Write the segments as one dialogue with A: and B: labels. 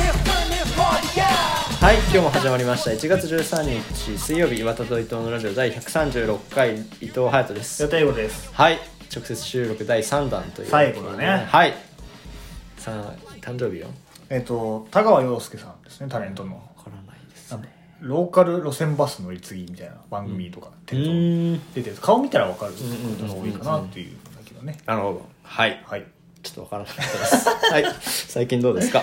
A: this, turn this party out
B: はい、今日も始まりました。1月13日水曜日、岩田と伊藤のラジオ第136回、伊藤隼人です
C: 予。定後です
B: はい、直接収録第3弾という、
C: 最後だね
B: はい。さあ、誕生日よ。
C: えっ、と田川陽介さんですねタレントの
B: わからないです。
C: なんかローカル路線バス乗り継ぎみたいな番組とか、テレ
B: う
C: 東
B: ーん。
C: 出てる顔見たら分かることが多いかなっていうんだけどね
B: なるほど。はい。
C: はい
B: ちょっとわからなかったです。はい。最近どうですか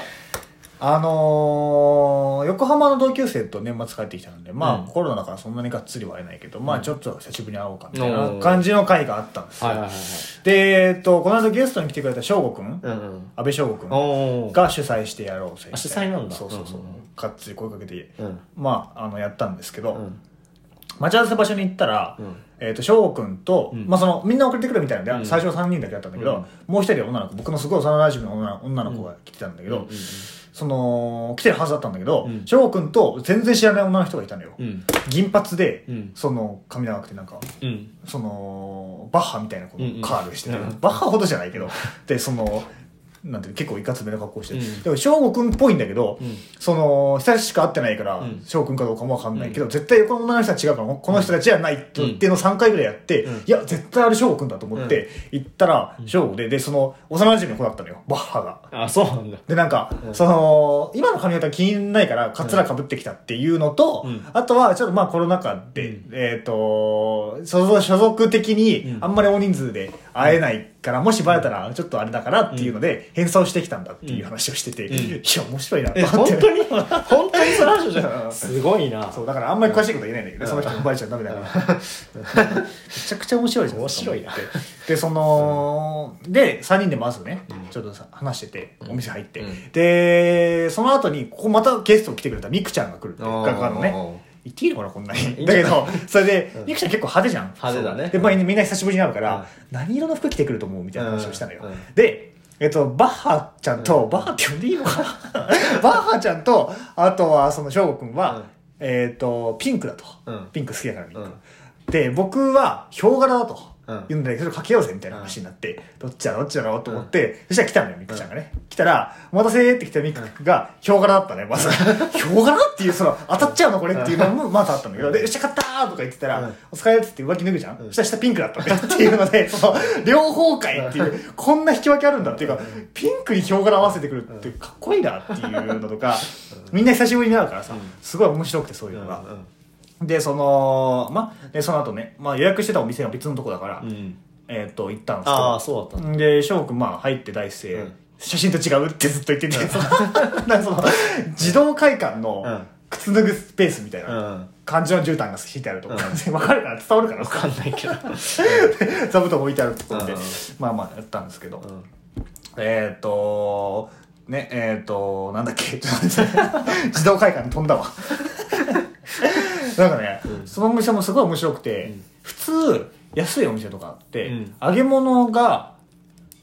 C: あのー横浜の同級生と年末帰ってきたのでまあ、
B: うん
C: コロナだからそんなにがっつりは会えないけど、まあちょっと久しぶりに会おうかみたいな感じの回があったんですよ、
B: はいはいはいはい
C: でえっ、とこの間ゲストに来てくれた翔吾く
B: うん
C: ん、
B: うん。
C: 安倍翔吾くん
B: おー
C: が主催してやろうぜ
B: あ主催なんだ
C: そうそうそう、
B: うんうん
C: がっつり声かけて、
B: うん
C: まああのやったんですけど、
B: ん
C: 待ち合わせ場所に行ったら、えっ、と翔吾くんと、まあそのみんな遅れてくるみたいなんで、最初は3人だけだったんだけど、もう一人女の子僕のすごい幼馴染の女女の子が来てたんだけど、その来てるはずだったんだけど
B: ん
C: 翔吾、くんと全然知らない女の人がいたのよ、
B: うん。
C: 銀髪で、
B: うん
C: その髪長くてなんか
B: うん。
C: そのバッハみたいなこ
B: うんうん
C: のカールしてて、
B: うん
C: バッハほどじゃないけどでそのなんていうの結構いかつめな格好してる、
B: うん
C: でも翔吾くんっぽいんだけど、
B: ん
C: その久しく会ってないから
B: ん
C: 翔くんかどうかもわかんないけど、絶対横の女の人は違うからこの人たちじゃないって言っての3回ぐらいやって、いや絶対あれ翔吾くんだと思って行ったら翔吾ででその幼馴染の子だったのよバッハが。
B: あ、そうなんだ。
C: で、なんか、その、今の髪型気にないから、カツラ被ってきたっていうのと、
B: ん
C: あとは、ちょっとまあコロナ禍で、えっ、と、所属所属的に、あんまり大人数で会えないから、もしバレたら、ちょっとあれだからっていうので、変装してきたんだっていう話をしてて、いや、面白いな
B: え、
C: と思
B: 本
C: って。
B: 当に 本当にその話じゃん。すごいな。
C: そう、だからあんまり詳しいこと言えないんだけど、その人にバレちゃダメだから。 めちゃくちゃ面白いじゃん。
B: 面白いな
C: と思ってで、その、で、3人でまずね、ちょっとさ話してて、お店入って。で、その後に、ここまたゲスト来てくれたミクちゃんが来るって、
B: おー
C: 画家のね。言っていいのかなこんなに。だけど、それで、ミクちゃん結構派手じゃん。
B: 派手だね
C: そうで、まあみんな久しぶりに会うから、
B: うん
C: 何色の服着てくると思うみたいな話をしたのよ。
B: うんうん
C: で、えっと、バッハちゃんと、バッハって呼んでいいのかな バッハちゃんと、あとはその翔吾くんは、
B: うん
C: えっと、ピンクだと。
B: うん
C: ピンク好きだからみんな。
B: うん
C: で、僕は、ヒョウ柄だと。
B: うん
C: 言うんだけど、それかけようぜみたいな話になって、どっちだろうどっちだろうと思って、そしたら来たのよ、ミクちゃんがね。来たら、お待たせーって来たミクが、ヒョウ柄だったね、まず。ヒョウ柄っていう、その、当たっちゃうのこれっていうのも、まずあったんだけど、で、よっしゃ、勝ったーとか言ってたら、
B: うん
C: お疲れっつって浮気脱ぐじゃん、そしたら下ピンクだったねっていうので、その、両方かいっていう、こんな引き分けあるんだっていうか、ピンクにヒョウ柄合わせてくるってかっこいいなっていうのとか、みんな久しぶりに会うからさ、すごい面白くてそういうのが。で、その、ま、で、その後ね、まあ予約してたお店は別のとこだから、
B: うん。
C: えっ、と、行ったんですけど、
B: ああ、そうだったんだ。
C: で翔くんまあ入って大一声、
B: うん
C: 写真と違うってずっと 言ってて、そのなんかその自動会館
B: う
C: の
B: ん
C: 靴脱ぐスペースみたいな
B: うん。
C: 感じの絨毯が敷いてあるとこなんで、分かるから 伝わるから
B: わかんないけど。
C: 座布団置いてあるところで、
B: うん
C: まあまあやったんですけど、
B: ん
C: えっ、とねえっ、となんだっけ 自動会館に飛んだわ なんかね、そのお店もすごい面白くて、普通安いお店とかあって、
B: うん
C: 揚げ物が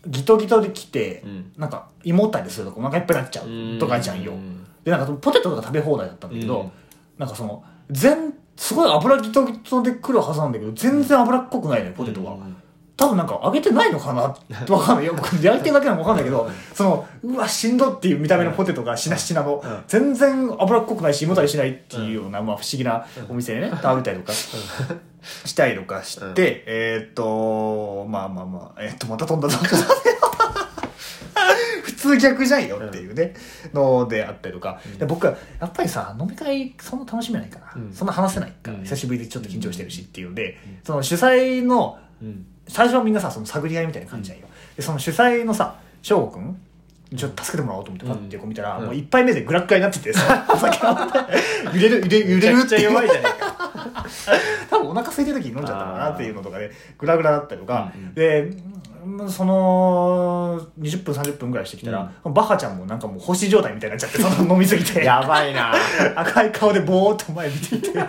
C: ギトギトで来て、
B: うん
C: なんか胃もったりするとかお腹いっぱいになっちゃうとかじゃんよ、
B: うん
C: でなんかポテトとか食べ放題だったんだけど、
B: うん
C: なんかその全すごい油ギトギトで来るはずなんだけど全然油っこくないのよポテトが、
B: うん
C: 多分なんか揚げてないのかなってわかんないよく焼いてるだけなのかわかんないけどそのうわしんどっていう見た目のポテトがしなしなの、
B: ん
C: 全然油っこくないし胃もたれしないっていうような、まあ、不思議なお店でね、食べたりとかしたりとかして、
B: うん
C: えーっとまあまあまあえーっとまた飛んだぞ 普通逆じゃんよっていうね、のであったりとか、で僕はやっぱりさ飲み会そんな楽しめないから、
B: うん
C: そんな話せないから、
B: うん
C: 久しぶりでちょっと緊張してるしっていうので、その主催の
B: うん。
C: 最初はみんなさその探り合いみたいな感じなんよ、でその主催のさ翔吾君ちょっと助けてもらおうと思ってパッてこう見たら、
B: うん
C: もう一杯目でグラッグラになっててさお酒飲んで揺れる揺れる揺
B: めち
C: れ
B: ゃ
C: る
B: く
C: って
B: ちゃ
C: いう
B: 弱いじゃねえか。
C: 多分お腹空いてる時に飲んじゃったのかなっていうのとかでグラグラだったりとか、
B: うんうん
C: でうんその20分30分ぐらいしてきたら、バハちゃんもなんかもう星状態みたいになっちゃって その飲みすぎて
B: やばいな
C: 赤い顔でボーっと前見て い て
B: 決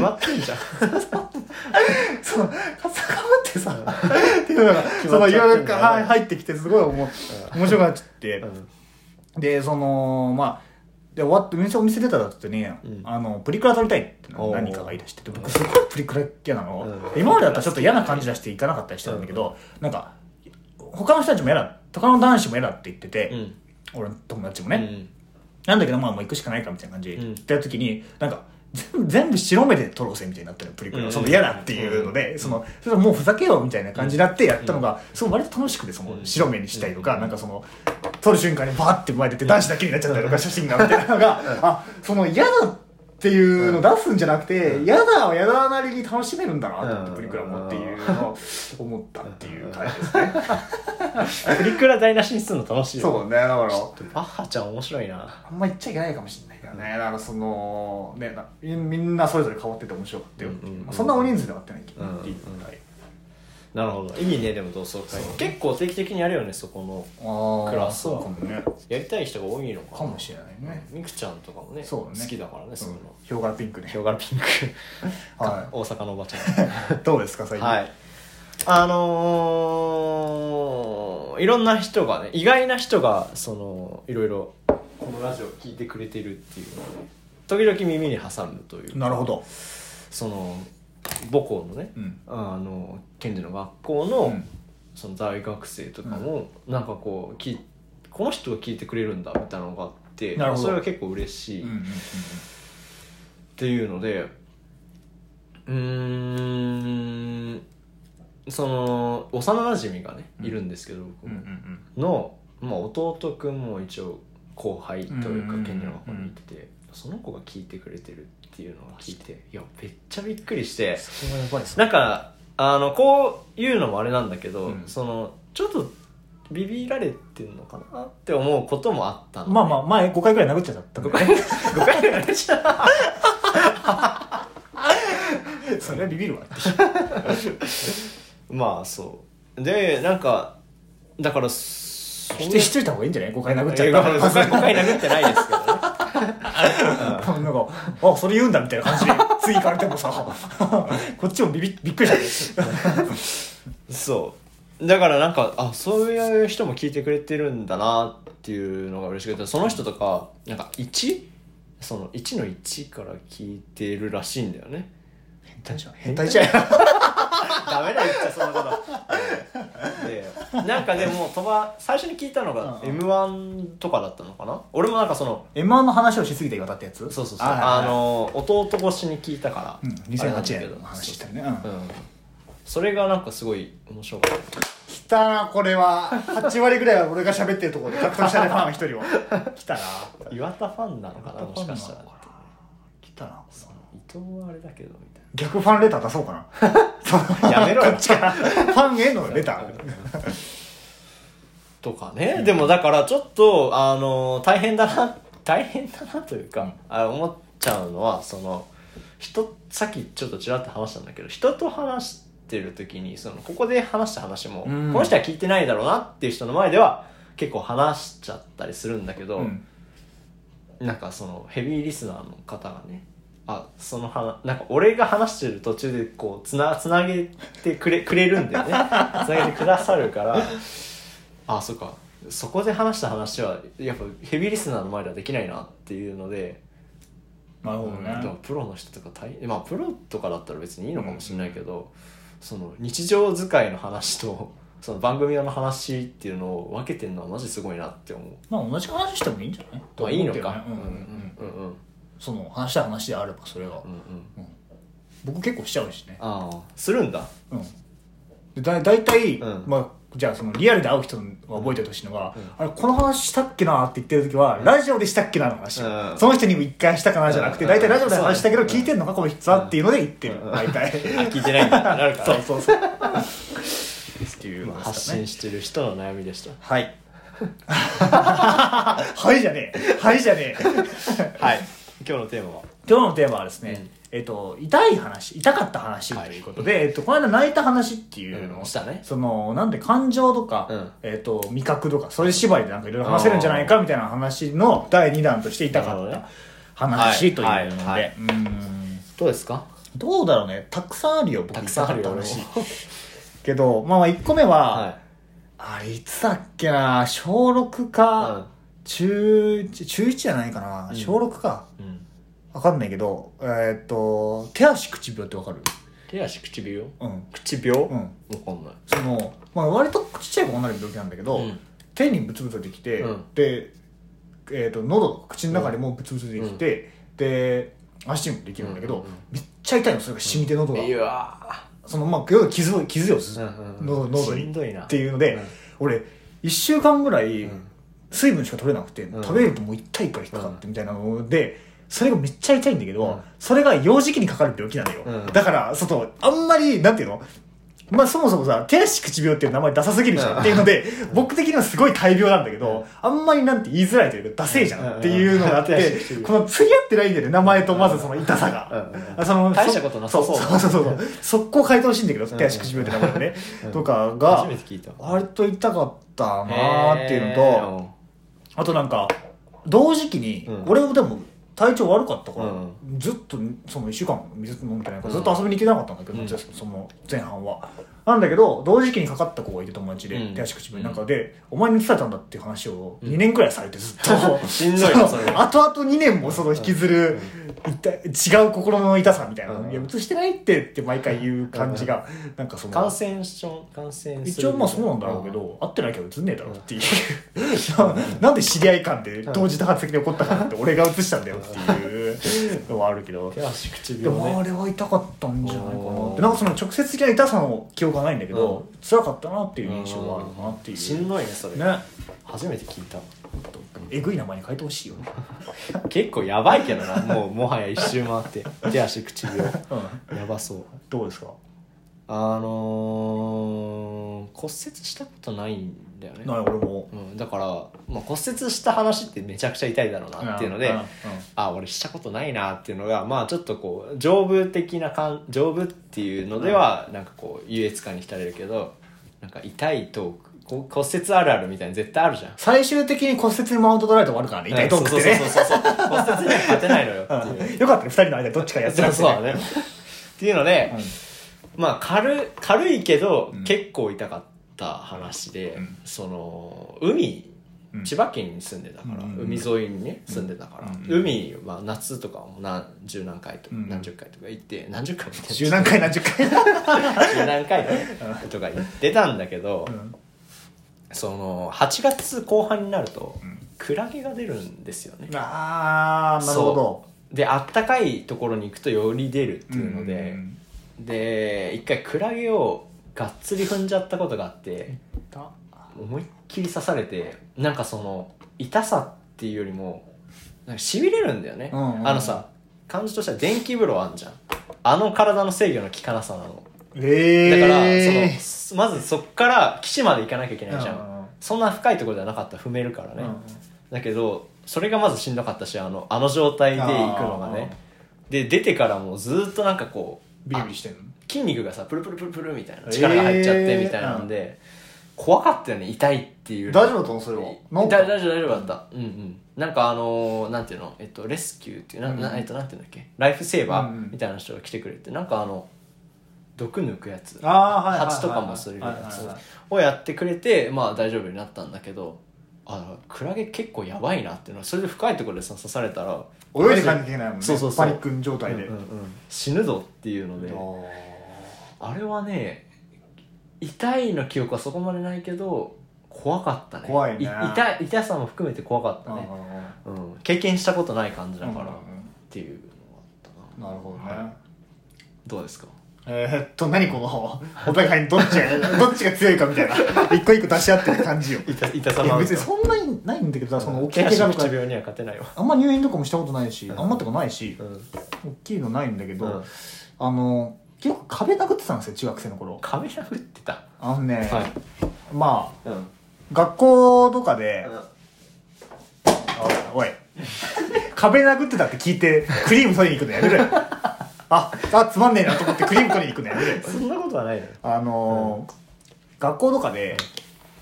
B: まってんじゃん
C: そのカツカブってさっていうのが
B: 決
C: そ
B: ま
C: の
B: っ
C: い
B: ちゃってんだよね
C: ろいろはい入ってきてすごいおも面白くなっちゃって、でそのまあで終わってお店お店出ただってね、あのプリクラ撮りたいって
B: おー
C: 何かが言い出してて僕すごいプリクラ嫌なの、今までだったらちょっと嫌な感じ出して行かなかったりしてたんだけど、なんか他の人たちも嫌だ他の男子も嫌だって言ってて、
B: ん
C: 俺の友達もね、
B: うん
C: なんだけど、まあ、もう行くしかないかみたいな感じで
B: ん
C: 行った時に、なんか、全全部白目で撮ろうぜみたいになったのよプリクラ
B: う
C: が。
B: ん
C: その嫌だっていうので、その、それはもうふざけようみたいな感じになってやったのが、すごい割と楽しくて、その白目にしたりとか、なんかその、撮る瞬間にバーって前出て男子だけになっちゃったりとか、写真がみたいなのが、あ、その嫌だっていうのを出すんじゃなくて、嫌だは嫌だなりに楽しめるんだなと思っ
B: うん
C: て、プリクラもっていうのを思ったっていう感じですね。
B: プリクラ台無しにするの楽しいよ
C: そうね、だから。
B: バッハちゃん面白いな
C: あんま言っちゃいけないかもしれないけどね、だからそのねなみみんなそれぞれ変わってて面白かったよっていう、
B: うんうんうん
C: まあ、そんな大人数ではってないけど、
B: うんうん
C: っていうはい
B: なるほどいいねでも同窓会結構定期的にあるよねそこの
C: あー
B: クラス
C: そうかもね
B: やりたい人が多いのかな
C: かもしれないね
B: みくちゃんとかもね
C: そうだね
B: 好きだからねそういうの、
C: ヒョウ柄ピンクね
B: ヒョウ柄ピンク、
C: はい
B: 大阪のおばちゃん
C: どうですか最 近、
B: はい。あのー、いろんな人がね、意外な人が、その、いろいろ、このラジオ聞いてくれてるっていうのをね、時々耳に挟むという、
C: なるほど、
B: その、母校のね、
C: うん
B: あの、県での学校の、
C: うん
B: その大学生とかも、なんかこう、きこの人が聞いてくれるんだ、みたいなのがあって、
C: なるほど
B: それが結構嬉しい。
C: うんうんうん
B: っていうのでうーんその幼馴染がねいるんですけど、僕
C: うんうんうん
B: の、まあ、弟くんも一応後輩というか
C: うん
B: 県の学校に行ってて、その子が聞いてくれてるっていうのを聞いていやめっちゃびっくりして
C: それはやばいっすね
B: なんかあのこういうのもあれなんだけど、
C: うん
B: そのちょっとビビられてるのかなって思うこともあったの
C: まあまあ前5回ぐらい殴っちゃった5回
B: 誤解が出ちゃう
C: それはビビ るわ
B: まあそうでなんかだからそ
C: 否定しといた方がいいんじゃない5回殴っちゃ
B: え
C: った
B: ごめんなさい誤解殴ってないですけどね
C: なんか、 あ、それ言うんだみたいな感じで、次行かれてもさ、 こっちもビビ、びっくりしたね。
B: そうだからなんかあそういう人も聞いてくれてるんだなっていうのが嬉しくてその人とかなんか1その1の1から聞いてるらしいんだよね
C: 変態じゃん。変態じゃん。
B: ダメだ言っちゃそのこと でなんかでも飛ば最初に聞いたのが
C: うん
B: m 1とかだったのかな俺もなんかその
C: M1 の話をしすぎて渡ったやつ
B: そうそうそう
C: はいはいはい
B: あの弟越しに聞いたから、
C: うん、2008年
B: あ
C: の
B: れなんだ
C: 話
B: けど
C: したよね。うん
B: うんそれがなんかすごい面白かっ
C: 来たな、これは。8割ぐらいは俺が喋ってるところで獲得したね、ファン 一人を。来たな。
B: た岩田ファンなのかな
C: 岩
B: もし
C: 田ファ
B: か
C: ンなのかな
B: したら
C: 来たな。
B: 伊藤はあれだけどみた
C: 逆ファンレター出そうかな。
B: やめろよ
C: こっちからファンへのレター。
B: とかね、でもだからちょっとあの大変だな大変だなというか、あ思っちゃうのはその人さっきちょっとちらっと話したんだけど人と話してる時にそのここで話した話も、
C: うん
B: この人は聞いてないだろうなっていう人の前では結構話しちゃったりするんだけど、
C: うん
B: なんかそのヘビーリスナーの方がねあその話なんか俺が話してる途中でこうつなつなげてくれくれるんだよね つなげてくださるからあそっかそこで話した話はやっぱヘビーリスナーの前ではできないなっていうので、
C: なるほど
B: うんだから
C: ね。
B: プロの人とか大変まあプロとかだったら別にいいのかもしれないけど、その日常使いの話と その番組用の話っていうのを分けてるのはマジすごいなって思う。
C: まあ同じ話してもいいんじゃない
B: まあいいのか。
C: うんうんうん。
B: うんうんうん
C: その話した話であればそれが
B: うんうん。
C: 僕結構しちゃうしね
B: ああするんだ
C: うんでだ大体、
B: うん
C: まあじゃあそのリアルで会う人が覚えてほしいのが、あれこの話したっけなって言ってる時は、ラジオでしたっけなの話、
B: うん
C: その人にも一回したかなじゃなくて、
B: うん
C: 大体ラジオで話したけど、
B: そうだね
C: 聞いてんのかこの人はっていうので言ってる、大体
B: 聞いてないんだってなるから
C: そ うそうそうっていう
B: まあ
C: ことで
B: 発
C: すか
B: 信
C: ね
B: してる人の悩みでした
C: はい はいじゃねえはいじゃねえ
B: はい今日のテーマは
C: 今日のテーマはですね、えっと、痛い話、痛かった話ということで、えっと、この間泣いた話っていうのを、
B: うんしたね
C: その、なんで感情とか、
B: うん
C: えっと、味覚とか、それ縛りでなんかいろいろ話せるんじゃないかみたいな話の第2弾として痛か
B: な
C: っ
B: るほど
C: た
B: ね
C: 話というので、
B: はいはいはい
C: うん
B: どうですか
C: どうだろうね、たくさんあるよ、僕
B: たくさんあるよ
C: 痛か
B: 俺
C: った
B: も
C: 話。けど、まあまあ1個目は、
B: は
C: あれいつだっけな小6
B: うん
C: か、中中中1じゃないかな、小6か
B: い、うん、
C: わかんないけどえーっと手足口病ってわかる
B: 手足口病
C: うん
B: 口病
C: うん
B: 分かんない
C: その、まあ、割とちっちゃい子女の病気なんだけど、
B: うん
C: 手にブツブツできて、
B: うん
C: で、えー、と喉口の中にもブツブツできて、で足にもできるんだけ
B: う
C: ど、
B: んうんうん
C: めっちゃ痛いのそれが染みて喉が、
B: いや
C: そのまあ要は傷を傷をす、
B: うんうんうん
C: 喉喉に
B: しんどいな
C: っていうので、
B: うん
C: 俺1週間ぐらい、
B: ん
C: 水分しか取れなくて、
B: ん
C: 食べるともう痛いから引っかかってみたいなので、それがめっちゃ痛いんだけど、
B: うん
C: それが幼児期にかかる病気なのよ、
B: うん
C: だからそのあんまりなんていうのまあそもそもさ、手足口病っていう名前ダサすぎるじゃんっていうので、僕的にはすごい大病なんだけど、あんまりなんて言いづらいというか、ダセえじゃんっていうのがあっ
B: うんうん
C: て
B: 手足口、病
C: この釣り合ってないんだよね、名前とまずその痛さが
B: うんうん。
C: あその
B: 大したことなさそう
C: そうそうそうそう。速攻変えてほしいんだけど、手足口病って名前がね。とかが
B: 初めて聞いた、
C: 割と痛かったなーっていうのと、あとなんか、同時期に
B: うん、
C: 俺もでも体調悪かったから
B: うん、
C: ずっとその1週間水飲んでないから、ずっと遊びに行けなかったんだけど、
B: うん
C: その前半は。なんだけど、同時期にかかった子がいて友達で、
B: うん
C: 手足口病なんかで、お前に伝えたんだっていう話を2年くらいされてずっ と。
B: しんどいなそれ
C: の後々2年もその引きずる、痛い違う心の痛さみたいな。
B: うん
C: いや、映してないってって毎回言う感じが、なんかその。
B: 感染症感染する
C: 一応まあそうなんだろうけど、会ってなきゃ映んねえだろっていう ななんで知り合い間で同時多発的に起こったからって俺が映したんだよっていうのはある けど
B: 手足口
C: で
B: 病
C: もあ
B: ね
C: れは痛かったんじゃないかなっ
B: お
C: て
B: ー
C: なんかその直接的な痛さの記憶はないんだけど、辛かったなっていう印象はあるかなってい
B: し
C: う、
B: んどいねそれ
C: ね
B: 初めて聞いた
C: えぐい名前に変えてほしいよね、
B: 結構やばいけどなもうもはや一周回って手足口病
C: うん、
B: やばそう
C: どうですか
B: あのー、骨折したことないんだよね
C: ない俺も
B: うん、だから、まあ、骨折した話ってめちゃくちゃ痛いだろうなっていうので、
C: うんうんうん
B: あ俺したことないなっていうのがまあちょっとこう丈夫的な感丈夫っていうのではなんかこう優越感に浸れるけどなんか痛いとこう骨折あるあるみたいな絶対あるじゃん。
C: 最終的に骨折にマウント取られて終わるからね痛いトークってね
B: うんそうそうそうそう骨折には勝てないのよっていう。
C: うんよかったね二人の間でどっちかやって
B: そう
C: なくてね
B: そうだね。 っていうので、まあ軽軽いけど、
C: うん
B: 結構痛かった話で、
C: うん
B: その海
C: うん
B: 千葉県に住んでたから、
C: うん
B: 海沿いにね住んでたから、
C: うん
B: 海は夏とかも何十何回とか、
C: うん
B: 何十回とか行って何十回も行って
C: 十何回何十回
B: 十何回だねとか行ってたんだけど、
C: うん
B: その8月後半になると、
C: ん
B: クラゲが出るんですよね
C: ああなるほど
B: そうであったかいところに行くとより出るっていうので、
C: ん
B: で一回クラゲをがっつり踏んじゃったことがあって思いっきり刺されてなんかその痛さっていうよりもなんかしびれるんだよね、
C: うんうん
B: あのさ感じとしては電気風呂あんじゃんあの体の制御の効かなさなの
C: え
B: だ
C: え
B: から、
C: ー、
B: そのまずそっから岸まで行かなきゃいけないじゃん、
C: うんうんうん
B: そんな深いところではなかったら踏めるからね、
C: うんうん
B: だけどそれがまずしんどかったしあのあの状態で行くのがね
C: あ
B: で出てからもうずーっとなんかこう
C: ビリビリしてんの
B: 筋肉がさプルプルプルプルみたい
C: え
B: な
C: ー
B: 力が入っちゃってみたいなんで、怖かったよね痛いっていう
C: 大丈夫だったのそれは
B: 大大丈夫大丈夫だったうんうんなんかあのーなんていうのえっとレスキューっていうな,、ん、なえっとなんていうんだっけライフセーバ
C: うんうん
B: ーみたいな人が来てくれてなんかあの毒抜くやつ
C: あーはいはいはいはい
B: 蜂とかもするや
C: はいはいはい
B: つをやってくれてまあ大丈夫になったんだけどあのクラゲ結構やばいなっていうのはそれで深いところでさ刺されたら
C: 泳いでいかなきゃいけないもんね
B: そうそうそう
C: パニック状態で、
B: うんうんうん死ぬぞっていうので、
C: あ
B: あれはね痛いの記憶はそこまでないけど怖かったね
C: 怖いね
B: 痛い痛さも含めて怖かった
C: ー
B: ね、うん、経験したことない感じだから、
C: うんうんうん
B: っていうのがあったな
C: なるほどね、
B: どうですか
C: えー、っと何このお互いにどっち がどっちが強いかみたいな一個一個出し合ってる感じよい
B: 痛痛さ
C: や
B: も
C: 別にそんなにないんだけどさその大きい
B: 手
C: 怪
B: 足
C: 我と
B: 口
C: か
B: 病には勝てないわ、
C: あんま入院とかもしたことないし、
B: ん
C: あんまとかないし、
B: うん、
C: 大きいのないんだけど、
B: うん
C: あの結構壁殴ってたんですよ中学生の頃
B: カメラ振ってた
C: あのね、
B: はい
C: まあ
B: うん
C: 学校とかで、 おいおい壁殴ってたって聞いてクリーム取りに行くのやめろよああつまんねえなと思ってクリーム取りに行くんだよね
B: そんなことはないのよ
C: あのー学校とかで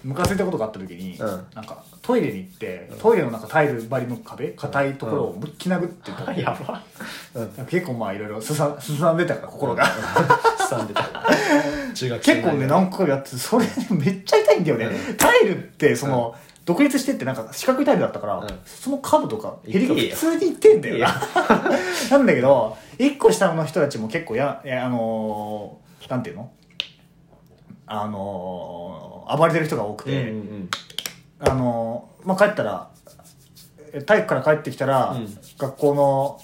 C: ムカついたことがあった時に、
B: うん
C: なんかトイレに行ってトイレのなんかタイル張りの壁硬いところをむっき殴ってた、
B: あ やばうん
C: なんか結構まあいろいろすさすさんでたから心が、
B: すんでた中学生
C: 結構ね
B: な
C: 何回かやっててそれめっちゃ痛いんだよね、
B: うん
C: タイルってその、独立してってなんか四角いタイルだったから、
B: うん
C: その角とかヘリが
B: 痛い
C: 普
B: よ
C: 通にいってんだよ
B: いいよ
C: な なんだけど一個下の人たちも結構やいやあのーなんていうのあのー暴れてる人が多く
B: うんう
C: て、
B: ん
C: あのーまあ帰ったらえ体育から帰ってきたら、
B: うん
C: 学校の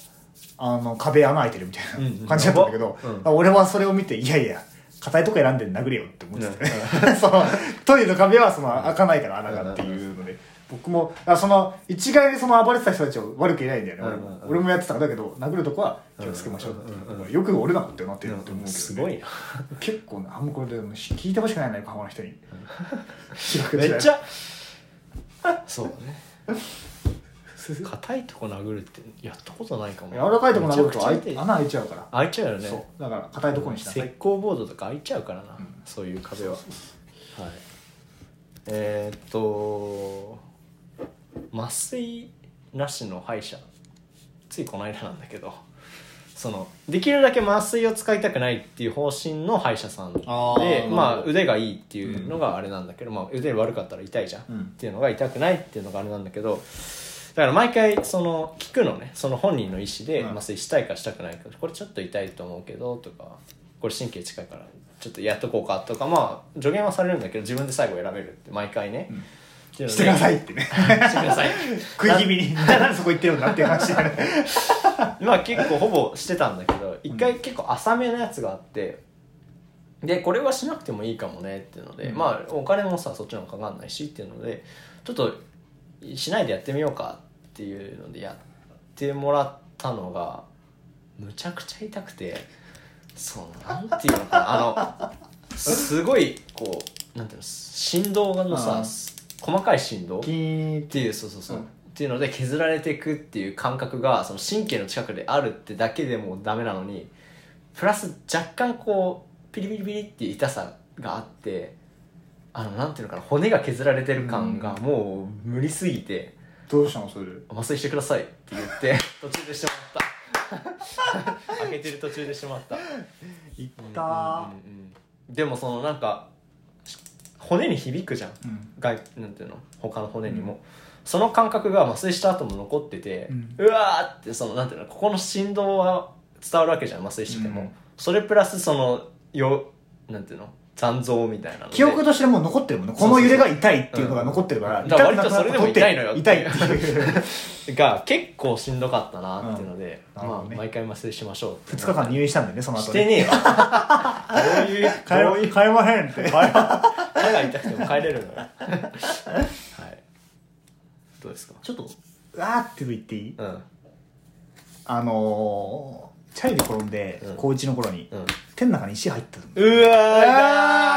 C: あの壁穴開いてるみた
B: う
C: い
B: んうん
C: な感じだったんだけど、
B: うん
C: あ俺はそれを見ていやいや硬いとこ選んで殴れよって思ってたね、 そのトイレの壁はその開かないから穴がっていうので、僕もあその一概にその暴れてた人たちを悪く言えないんだよね、俺
B: う
C: も
B: んうんうん
C: 俺もやってたんだけど殴るとこは気をつけましょうって、よく俺なってなってるな
B: う
C: って思うけどね、
B: んすごいな
C: 結構ねあんまこれでも聞いてほしくないな横浜の 人に
B: めっち
C: ゃ
B: ゃそうだね硬いとこ殴るってやったことないかも
C: 柔らかいとこ殴るとあい
B: めちゃくちゃ
C: 穴開いちゃうから
B: 開いちゃうよね
C: そうだから硬いとこにしな
B: 石
C: さい
B: 膏ボードとか開いちゃうからな、そういう壁ははいえー、っと麻酔なしの歯医者ついこの間なんだけどそのできるだけ麻酔を使いたくないっていう方針の歯医者さんで
C: あーなる
B: まあ
C: ほど
B: 腕がいいっていうのがあれなんだけど、まあ、腕悪かったら痛いじゃん、
C: うん
B: っていうのが痛くないっていうのがあれなんだけどだから毎回その聞くのねその本人の意思で
C: うん
B: 麻酔したいかしたくないかこれちょっと痛いと思うけどとかこれ神経近いからちょっとやっとこうかとかまあ助言はされるんだけど自分で最後選べるって毎回ね、っていうので
C: してくださいって ね
B: してください
C: 食い気味になんでそこ行ってるんだっていう話だよね
B: まあ結構ほぼしてたんだけど一回結構浅めのやつがあってでこれはしなくてもいいかもねっていうので、
C: うん
B: まあお金もさそっちの方がかかんないしっていうのでちょっとしないでやってみようかっていうのでやってもらったのがむちゃくちゃ痛くてそうなんていうのかなあ のすごいこうなんていうの振動の
C: う
B: さ
C: ん
B: 細かい振動
C: キーンっ
B: っていうそうそうそう、
C: うん
B: っていうので削られていくっていう感覚がその神経の近くであるってだけでもダメなのにプラス若干こうピリピリピリっていう痛さがあってあのなんていうのかな骨が削られてる感がもう無理すぎて
C: どうしたのそれ
B: 麻酔してくださいって言って 途中でしてもらった開けてる途中でしても らった
C: いったー
B: うんうんうんでもそのなんかし骨に響くじゃん
C: うん
B: 外なんていうの他の骨にも、その感覚が麻酔した後も残ってて、
C: うん
B: わーってそのなんていうのここの振動は伝わるわけじゃん麻酔してても、
C: うん
B: それプラスそのよなんていうの残像みたいなので
C: 記憶としてもう残ってるもんねこの揺れが痛いっていうのが残ってるから
B: うんだから
C: 痛くなくな
B: 割とそれでも痛いのよ
C: 痛いっていう
B: が結構しんどかったなっていうので、
C: うんなるほどね
B: まあ、毎回麻酔しましょうって
C: 2日間入院したんだよねその
B: し
C: 後
B: て
C: ね
B: ねえわどういう
C: 帰れ
B: どういう
C: 帰れまへんって
B: 歯が痛くても帰れる のよはいどうですか
C: ちょっとうわーって言っていい
B: うん
C: あのーチャリで転んで
B: うん
C: 高一の頃に
B: うん
C: 手の中に石入ったの
B: うわー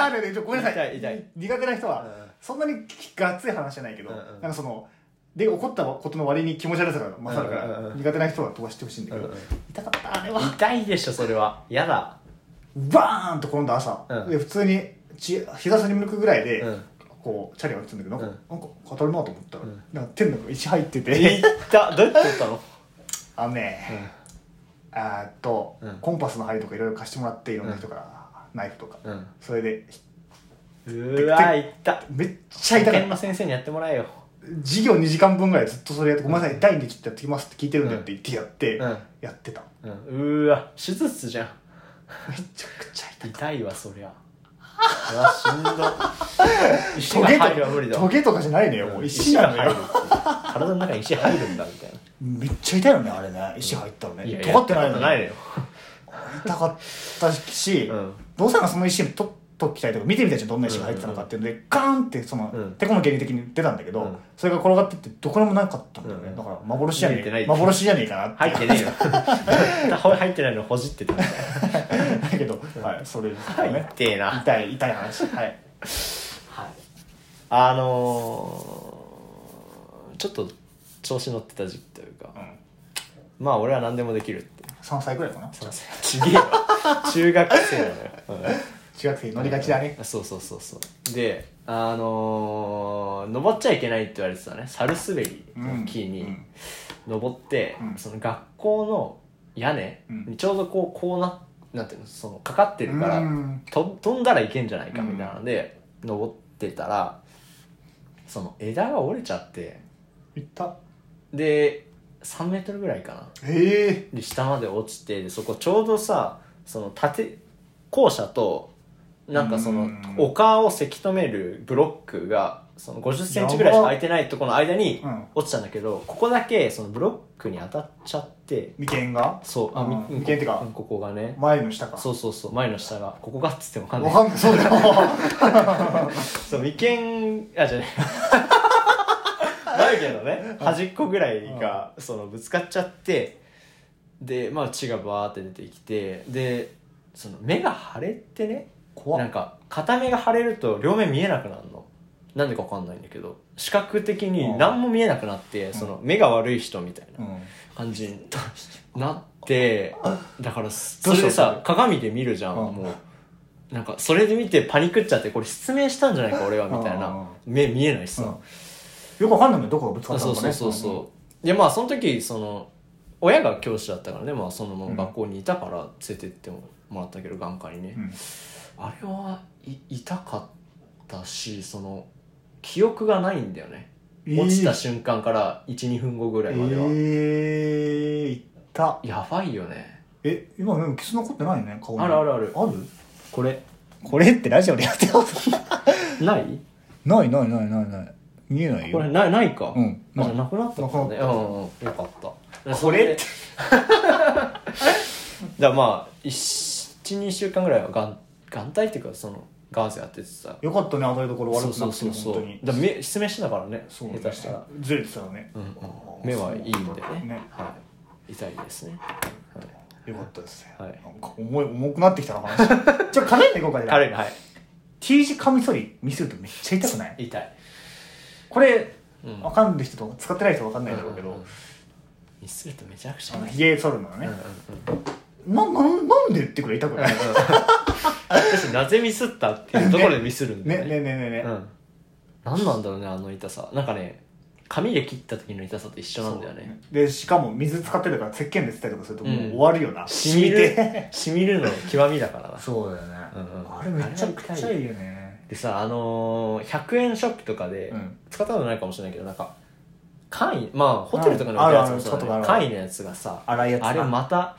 C: あーでごめんなさ
B: 痛い痛い
C: い苦手な人は
B: うん
C: そんなにがっつい話じゃないけど
B: うん
C: な
B: うん
C: んかそので怒ったことの割に気持ち悪さが勝るか
B: うんうん
C: ら
B: うん
C: 苦手な人は飛ばしてほしいんだけ
B: う
C: ど
B: んうん
C: 痛かったあれは
B: 痛いでしょそれはやだ
C: バーンと転んだ朝
B: うん
C: で普通にち膝下に向くぐらいで
B: うん
C: こうチャリが打つんだけどなん
B: うん
C: かなんか語るなと思ったら
B: うん
C: なんか手の中に石入って
B: いってたどうやって打ったの
C: あのねあーっと
B: うん
C: コンパスの針とかいろいろ貸してもらっていろんな人からナイフとか
B: うん
C: それで
B: うわいった
C: めっちゃ痛か
B: 保
C: った
B: 健の先生にやってもらえよ
C: 授業2時間分ぐらいずっとそれやって、ごめんなさい、第2期ってやってきますって聞いてるんだよって言ってやって、
B: うん
C: やってた。
B: うんうわ手術室じゃん
C: めちゃくちゃ痛い。
B: 痛いわそりゃうわしんど石
C: ト
B: が
C: ゲ
B: 入るは無理
C: と
B: だ
C: か、
B: わ
C: トゲとかじゃないのよ、もう石なの
B: 入る
C: よ
B: っ。て体の中に石入るんだみたいな
C: めっちゃ痛いよね、あれね。石入ったのね。
B: や
C: 尖ってない
B: や
C: の
B: っ
C: ね
B: たことないのよ
C: 痛かったし、
B: うん
C: どうせならその石取っときたいとか、見てみたいじゃん、どんな石が入ってたのかっていうので、ガーンって、その、
B: うん
C: てこの原理的に出たんだけど、
B: うん
C: それが転がってって、どこにもなかったんだよね。
B: うん
C: だから、幻じゃ
B: 見えて
C: ね
B: ないっ
C: え、
B: て
C: 幻じゃねえかなって。
B: 入ってねえよ入ってないのほじってたみたい
C: だけど、はい、それですよ
B: な
C: ね。
B: 痛えな
C: 痛い、痛い話。はい。
B: はい、あのーちょっと調子乗ってた時期というか、
C: うん
B: まあ俺は何でもできるって
C: 3歳ぐらいかな
B: ちげえわ中学生なのよ、うん
C: 中学生乗りがちだね
B: あそうそうそうそうであのー登っちゃいけないって言われてたねサルスベリの木
C: う
B: に
C: ん
B: 登って、
C: うん
B: その学校の屋根
C: うん
B: にちょうどこうこうななんていうのそのかかってるから、
C: うん
B: と飛んだらいけんじゃないかみたいなので、登ってたらその枝が折れちゃって
C: 行った
B: で3メートルぐらいかな
C: ええ
B: で下まで落ちてでそこちょうどさその建校舎となんかそうの
C: ん
B: 丘をせき止めるブロックがその50センチぐらいしか空いてないとこの間に
C: うん
B: 落ちたんだけど、ここだけそのブロックに当たっちゃって
C: 眉間が
B: そうあ
C: うん
B: み
C: 眉間ってか
B: うんここがね
C: 前の下か
B: そうそうそう前の下がここがっつってもわかんな
C: わ
B: い
C: かんないそうだよ
B: そう眉間あ じゃね眉毛のね端っこぐらいがそのぶつかっちゃってでまあ血がバーって出てきてでその目が腫れてね
C: 怖っ
B: なんか片目が腫れると両目見えなくなるのなんでかわかんないんだけど視覚的に何も見えなくなってその目が悪い人みたいな
C: うん
B: 感じになってだからそ
C: ど
B: れ
C: うした
B: でさ鏡で見るじゃん
C: うん
B: もうなんかそれで見てパニックっちゃってこれ失明したんじゃないか俺はみたい
C: うん
B: な目見えないし
C: うん
B: さ
C: よくわかんないもんねどこがぶつか
B: あ
C: った
B: そ
C: の
B: う
C: か
B: そ
C: ね
B: うそうそうでまあその時その親が教師だったからねまあそのまま学校にいたから連れてってもらったけど眼科にね
C: うんうん
B: あれはい痛かったしその記憶がないんだよね落ちた瞬間から12分後ぐらいまでは
C: ええ行った
B: やばいよね
C: え今でもキス残ってないね顔に
B: あるあるある
C: ある
B: これ
C: これってラジオでやってます
B: ない
C: ないないないないない見えない
B: こ
C: よ
B: れないないか、
C: うん
B: あじゃあなくなったんだね
C: なくなった
B: うんうんよかった
C: これって
B: だからまあ12週間ぐらいは眼眼帯っていうかそのガーゼ当ててさ
C: よかったね当たりどころ
B: そ
C: 悪
B: う
C: くな
B: そう
C: くて
B: そう
C: も
B: そ
C: 本当
B: う
C: に
B: だから目失明してたからね
C: そうね
B: 下手したら、
C: ずれてたらね
B: うんうん、目はいいんでね
C: ね
B: はい、痛いですね、はい
C: よかったですね
B: はい
C: なんか重い重くなってきたな話 じゃあカレンでいこうかね
B: 軽いはい
C: T 字カミソリ見せるとめっちゃ痛くない
B: 痛い、
C: これ
B: うん、
C: わかんない人と使ってない人わかんないだろうけ
B: うんうん
C: ど
B: うんミスするとめちゃくち
C: あ
B: ゃ
C: の
B: 痛い
C: ひげ剃るのが
B: うん
C: ね
B: うんうん
C: ななんなんでってくらい痛くない
B: 私なぜミスったっていうところでミスるんだ
C: ね
B: よ
C: ね
B: ね
C: ねねね
B: うん、何なんだろうねあの痛さなんかね髪で切った時の痛さと一緒なんだよね
C: でしかも水使ってるから石鹸でつったりとかするともう
B: うん
C: 終わるよな
B: しみるしみるの極みだからな
C: そうだよね
B: うんうん
C: あれめちゃくちゃいいよね
B: でさあのー、100円ショップとかで、
C: うん
B: 使ったことないかもしれないけどなんか簡易まあホテルとかに
C: あ
B: 置い
C: あ
B: てるや
C: るあ
B: つも
C: る
B: そうだ
C: ちょっ
B: ね
C: とあるある
B: 簡易のやつがさ
C: 粗いやつな
B: あれまた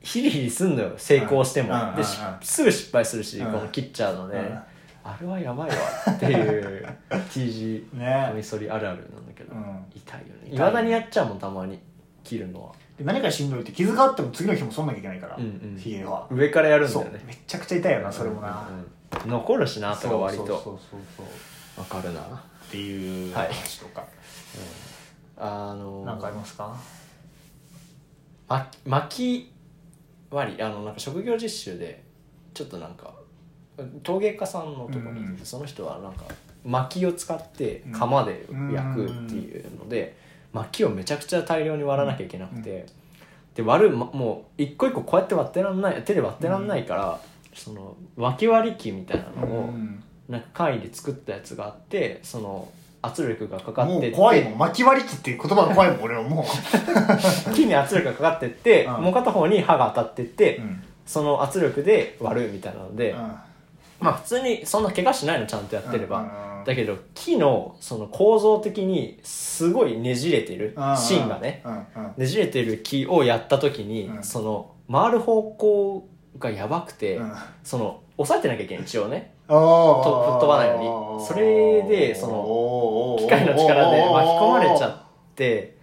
B: ヒリヒリすんのよ成功しても、
C: うんうん
B: でし
C: うん
B: すぐ失敗するし、
C: うん
B: この切っちゃうのね、
C: うん
B: あれはやばいわっていう T 字
C: ね
B: カミソリあるあるなんだけど、
C: うん
B: 痛いよねいまだにやっちゃうもんたまに切るのは
C: で何かしんどいって傷があっても次の日もそんなきゃいけないから
B: うんうん
C: ひげは
B: 上からやるんだ
C: そ
B: よ
C: う
B: ね
C: めちゃくちゃ痛いよなそれもな
B: うんうん残るしなそれは割
C: そうそ
B: と
C: うそうそう
B: わかるな
C: っていう
B: はい
C: 話とか
B: あのー
C: なんかありますか
B: ま巻き割りあのなんか職業実習でちょっとなんか陶芸家さんのとこに行って、
C: うん
B: その人はなんか薪を使って釜で焼くっていうので、薪をめちゃくちゃ大量に割らなきゃいけなくて、で割るまもう一個一個こうやって割ってらんない手で割ってらんないから、その薪割り機みたいなのを、
C: うん
B: なんか簡易で作ったやつがあってその圧力がかかって
C: も
B: って
C: う怖いもん巻き割り機っていう言葉が怖いもん俺はも
B: 木に圧力がかかってって、
C: うん
B: もう片方に刃が当たってって、
C: ううん
B: その圧力で割るみたいなので、
C: うん
B: まあ普通にそんな怪我しないのちゃんとやってれば、
C: うん
B: だけど木のその構造的にすごいねじれてる
C: うん
B: 芯がね
C: うんうん
B: ねじれてる木をやった時に、
C: うん
B: その回る方向がやばくて、
C: うん
B: その押さえてなきゃいけない一応ね
C: と
B: 吹っ飛ばないようにそれでその機械の力で巻き込まれちゃって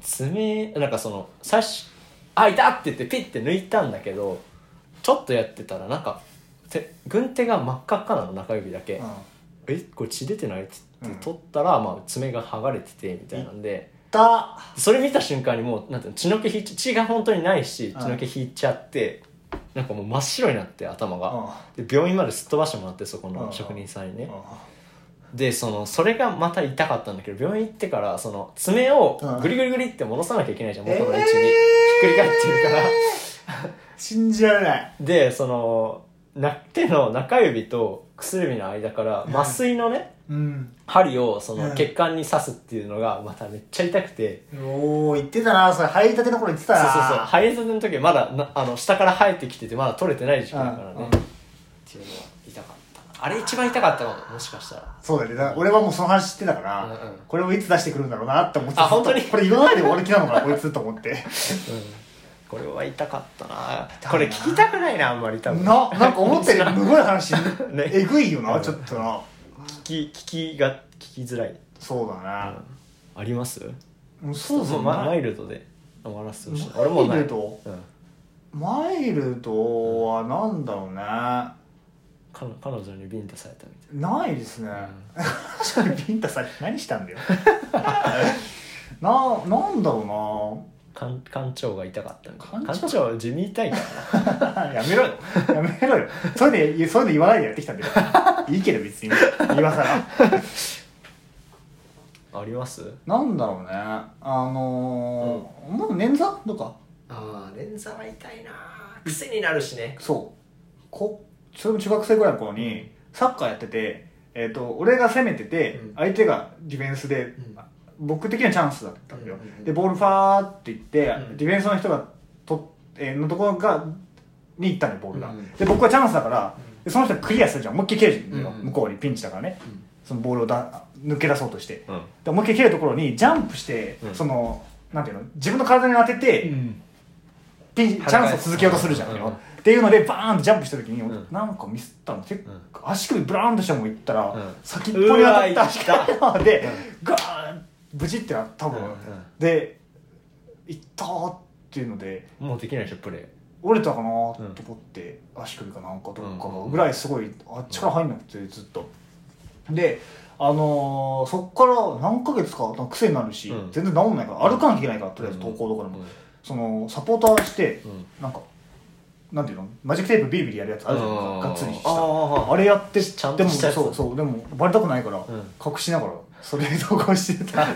B: 爪なんかその最初「あいた!」って言ってピッて抜いたんだけどちょっとやってたらなんか手軍手が真っ赤っかなの中指だけ「
C: うん
B: えこれ血出てない?」って言って
C: うん
B: 取ったら、まあ、爪が剥がれててみたいなんで
C: だ
B: それ見た瞬間にもうなんていうの血の気引いち血が本当にないし血の気引いちゃってなんかもう真っ白になって頭が。で病院まですっ飛ばしてもらってそこ
C: う
B: の
C: ん
B: 職人さんにね、
C: う
B: でそのそれがまた痛かったんだけど病院行ってからその爪を
C: うん
B: グリグリグリって戻さなきゃいけないじゃん
C: んえ
B: 元の位置に、
C: え
B: くり返ってるから、
C: 信じられない。
B: でそのな手の中指と薬指の間から麻酔のね
C: うん。
B: 針をその
C: うん
B: 血管に刺すっていうのがまためっちゃ痛くて、
C: おー、言ってたな。それ、入りたての頃言ってたな。
B: そうそうそう生えたての時はまだなあの下から生えてきててまだ取れてない時期だからね、
C: うんうん
B: っていうのは痛かったなあれ一番痛かったかももしかしたら
C: そうだよね。だから俺はもうその話知ってたから、
B: うんうん
C: これをいつ出してくるんだろうなって思ってた。
B: あ本当に
C: これ言わないで終わる気なのかな、こいつと思って。
B: これは痛かったなこれ聞きたくない なあんまり多
C: な、
B: 分
C: なんか思ったよりむごい話、
B: ね
C: えぐいよ
B: う
C: な、
B: ん
C: ちょっとな。
B: 聞き聞きが聞きづらい
C: そうだな。
B: あります
C: うん、そうそう、
B: ま
C: ま
B: マイルドで終わらせてほしい
C: マイルド
B: 俺もないうん、
C: マイルドはなんだろうね。
B: 彼彼女にビンタされたみたい
C: ないですね。確 かにビンタさん何し たんだよ。な、なんだ ろ
B: な館館長が痛かったみたいな
C: 館長
B: 館長は地味痛いからな
C: うな。やめろよ。 やめろよ。それで、そういうの言わないでやってきたんだよ。いいけど別に。今更。
B: あります
C: なんだろうねあのーもう捻挫とか
B: ああ連座は痛いな癖になるしね
C: そうこそれも中学生ぐらいの頃にサッカーやってて、えっと俺が攻めてて、
B: うん
C: 相手がディフェンスで、
B: ん
C: 僕的にはチャンスだったんだよ、
B: うんうんうん
C: でボールファーっていって、
B: ん
C: ディフェンスの人がと、えーのところがに行ったのよボールが、
B: うんうん
C: で僕はチャンスだから、でその人がクリアするじゃんもう一回蹴るのよ、
B: うんうん
C: 向こうにピンチだからね、
B: ん
C: そのボールをだ抜け出そうとして、
B: うん
C: でもう一回蹴るところにジャンプして、
B: うん
C: そのなんていうの自分の体に当てて、
B: ん
C: ピンチャンスを続けようとするじゃん
B: うん
C: よ、っていうのでバーンとジャンプした時に、
B: うん
C: なんかミスったの結構
B: うん
C: 足首ブラーンとしたもんいったら、
B: うん
C: 先っぽに当たっ
B: うわ
C: た
B: い
C: 足
B: った
C: 首で、ガーンブチってなったの、
B: うんうん
C: で「いった」っていうので
B: もうできないでしょプレー
C: 折れたかなと思って、足首かなんかどっかがぐらいすごいあ力入んなくてずっと。であのーそっから何ヶ月かなんか癖になるし、
B: うん
C: 全然治んないから歩かなきゃいけないからとりあえず
B: うん
C: 投稿とかでも、
B: うん
C: そのサポーターして、
B: うん
C: なんかなんていうのマジックテープビリビリやるやつあるじゃん
B: うん
C: がっつりし
B: あ
C: た
B: ー
C: あれやって
B: ちゃん
C: で
B: と
C: も
B: したやつ
C: そうそうでもバレたくないから、
B: ん
C: 隠しながらそれで投稿して た